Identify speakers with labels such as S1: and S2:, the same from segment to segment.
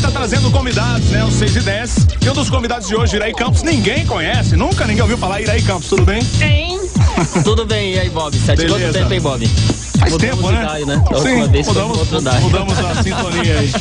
S1: tá trazendo convidados, né? Os 6 e 10. E um dos convidados de hoje, Iraí Campos, ninguém conhece, nunca ninguém ouviu falar Iraí Campos, tudo bem?
S2: Hein?
S3: Tudo bem, e aí, Bob? Você atirou do
S1: Beleza.
S3: tempo, hein, Bob?
S1: Faz
S3: Mudamos
S1: tempo,
S3: de
S1: né?
S3: idade, né? Da última
S1: Sim,
S3: vez foi
S1: mudamos,
S3: outro idade.
S1: mudamos a sintonia aí.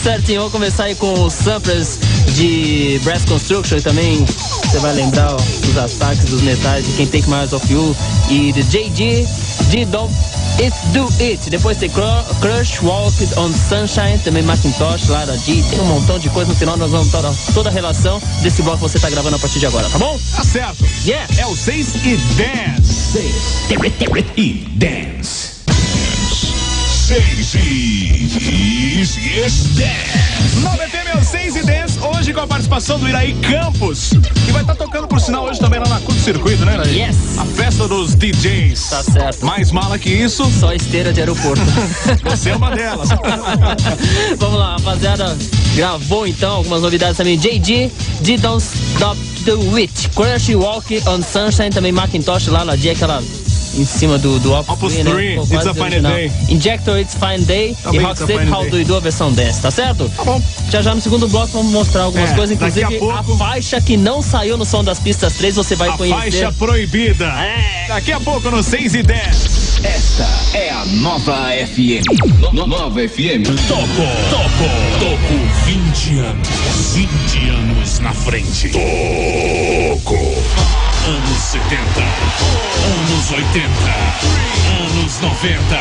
S3: Certinho, vou começar aí com os samplers de Brass Construction e também você vai lembrar ó, dos ataques dos metais de Quem Take My Eyes Off You e de JG, de Don't It Do It. Depois tem Cru- Crush Walk on Sunshine, também Macintosh, Lara G. Tem um montão de coisa no final, nós vamos toda, toda a relação desse bloco que você tá gravando a partir de agora, tá bom?
S1: Tá certo.
S3: Yeah!
S1: É o 6 e 10.
S4: 6 e 10.
S1: Na BTM é o 6 e 10, hoje com a participação do Iraí Campos. E vai estar tocando por sinal hoje também lá na Curto Circuito, né, Iraí?
S3: Yes.
S1: A festa dos DJs.
S3: Tá certo.
S1: Mais mala que isso,
S3: Só esteira de aeroporto.
S1: você é uma delas.
S3: Vamos lá, rapaziada. Gravou então algumas novidades também. JD, de Don't Stop the Witch. Crush Walk on Sunshine, também Macintosh, lá na dia aquela em cima do, do Opus,
S1: Opus Three,
S3: Ficou
S1: It's
S3: quase
S1: a Fine
S3: original.
S1: Day.
S3: Injector, It's Fine Day.
S1: Também
S3: e
S1: It's a Fine
S3: Rocksteady, How
S1: Day.
S3: Do You Do, a versão 10, tá certo? Tá
S1: bom.
S3: Já já no segundo bloco vamos mostrar algumas
S1: É,
S3: coisas,
S1: daqui a
S3: inclusive
S1: pouco-
S3: faixa que não saiu no som das pistas 3, você vai
S1: A
S3: conhecer.
S1: faixa proibida. Daqui a pouco no 6 e 10.
S4: Esta é a Nova FM. No- Nova FM. Toco, toco, toco 20 anos. 20 anos na frente. Toco. Anos 70. Anos 80. Anos 90.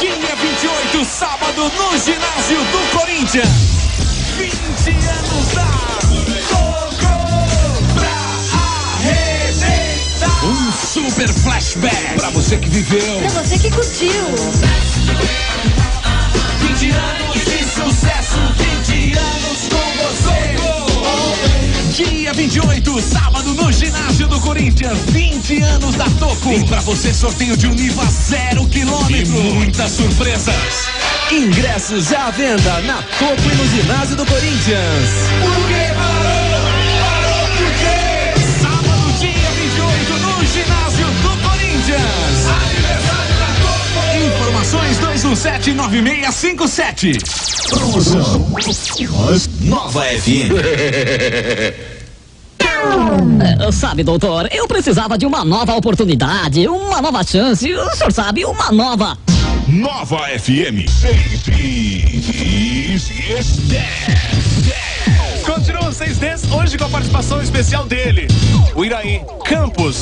S5: Dia 28, sábado, no ginásio do Corinthians. 20 anos da Toco pra arrebentar.
S4: Um super flashback pra você que viveu.
S6: Pra você que curtiu.
S5: 20 anos de sucesso, 20 anos com você. Dia 28, sábado, no ginásio do Corinthians. 20 anos da Toco. E pra você, sorteio de um Niva zero
S4: E
S5: quilômetro.
S4: muitas surpresas.
S5: Ingressos à venda na Toco e no ginásio do Corinthians. Por que parou? Parou por quê? Sábado, dia 28, no ginásio do Corinthians. Aniversário da Toco. Informações 2179657.
S4: Nova FM.
S7: É, Sabe, doutor, eu precisava de uma nova oportunidade, uma nova chance, o senhor sabe, uma nova.
S4: Nova FM. Sempre.
S1: Continua o 6 e 10, hoje com a participação especial dele, o Iraí Campos.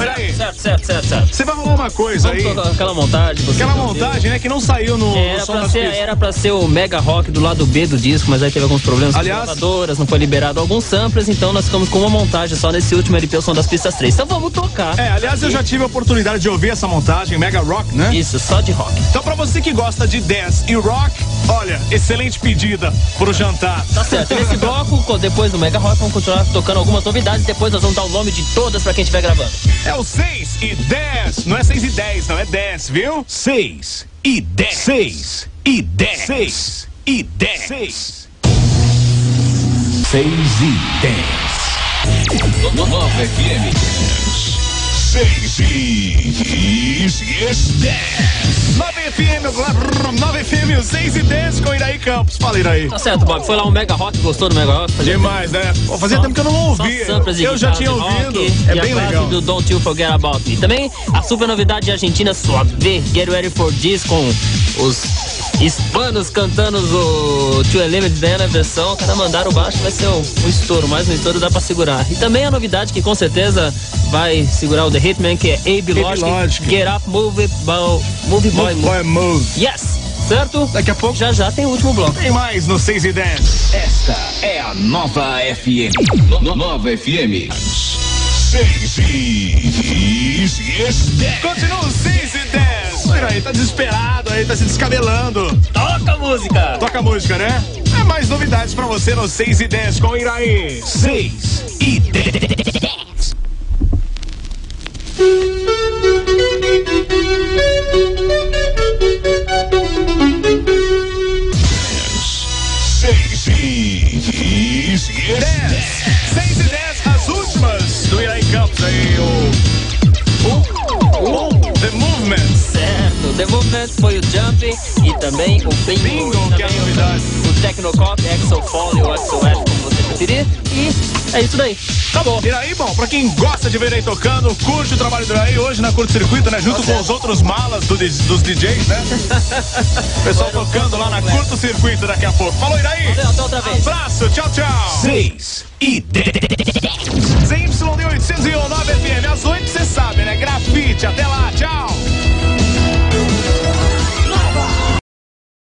S1: Iraí,
S3: Certo, certo, certo, certo.
S1: você vai falar uma coisa aí.
S3: Vamos tocar aquela montagem. você
S1: Aquela
S3: já ouviu.
S1: montagem, né, que não saiu no,
S3: É,
S1: no
S3: Era
S1: som
S3: pra,
S1: das
S3: ser,
S1: pistas.
S3: era pra ser o Mega Rock do lado B do disco, mas aí teve alguns problemas
S1: Aliás-
S3: com as gravadoras, não foi liberado alguns samples, então nós ficamos com uma montagem só nesse último LP, o som das pistas 3. Então vamos tocar.
S1: É, aliás, eu já tive a oportunidade de ouvir essa montagem, Mega Rock, né?
S3: Isso, só de rock.
S1: Então, pra você que gosta de dance e rock, olha, excelente pedida pro jantar.
S3: Tá certo. Nesse bloco, co- depois do Mega Rock, vamos continuar tocando algumas novidades. Depois nós vamos dar o nome de todas pra quem estiver gravando.
S1: É o 6 e 10, não é 6 e 10, não, é 10, viu?
S4: 6 e 10. 6 e 10. 6 e 10. 6 e 10. Nova FM. 6 e 10.
S1: 9 FM, agora, 9 FM, o 6 e 10 com Iraí Campos. Fala, Iraí.
S3: Tá certo, Bob. Foi lá o Mega Rock, gostou do Mega Rock? Fazia
S1: Demais, né? Pô, fazia
S3: Só-
S1: tempo que eu não
S3: só
S1: ouvia.
S3: samples de
S1: Eu já
S3: guitarra
S1: tinha
S3: de rock
S1: ouvido.
S3: e
S1: É
S3: a
S1: bem
S3: frase
S1: legal.
S3: do Don't You Forget About Me. Também a super novidade de argentina Suave, Get Ready for This, com os hispanos cantando o Two Elements dela, a versão. Cada mandaram baixo vai ser um, um estouro, mais um estouro dá pra segurar. E também a novidade que com certeza vai segurar o The Hitman, que é Abe Logic,
S1: Logic.
S3: Get Up, Move, It, Bo- Move Boy, Move.
S1: Boy Move.
S3: Yes! Certo?
S1: Daqui a pouco-
S3: Já já tem o último bloco.
S1: Tem mais no 6 e 10.
S4: Esta é a Nova FM. No- Nova FM. 6 e 10.
S1: Continua o 6 e 10. Iraí tá desesperado aí, tá se descabelando.
S3: Toca a música!
S1: Toca a música, né? É mais novidades pra você no 6 e 10 com Iraí.
S4: 6 e 10. Seis e
S1: 10. 6 e 10, as últimas do Iraí Campos aí, o. o- o- The Movements.
S3: Certo, The Movement foi o Jump e também o Bingo.
S1: Bingo,
S3: e também
S1: que é a
S3: o-
S1: novidade.
S3: O Technocop, Axel Foley ou Axel Ash, como você preferir. E é isso daí. Acabou.
S1: Iraí, bom, pra quem gosta de ver ele tocando, curte o trabalho do Iraí hoje na Curto Circuito, né? Junto com os outros malas do dis- dos DJs, né? O pessoal tocando lá na Curto Circuito daqui a pouco. Falou, Iraí!
S3: Até outra vez.
S1: Abraço, tchau, tchau!
S4: 6 e 10.
S1: né?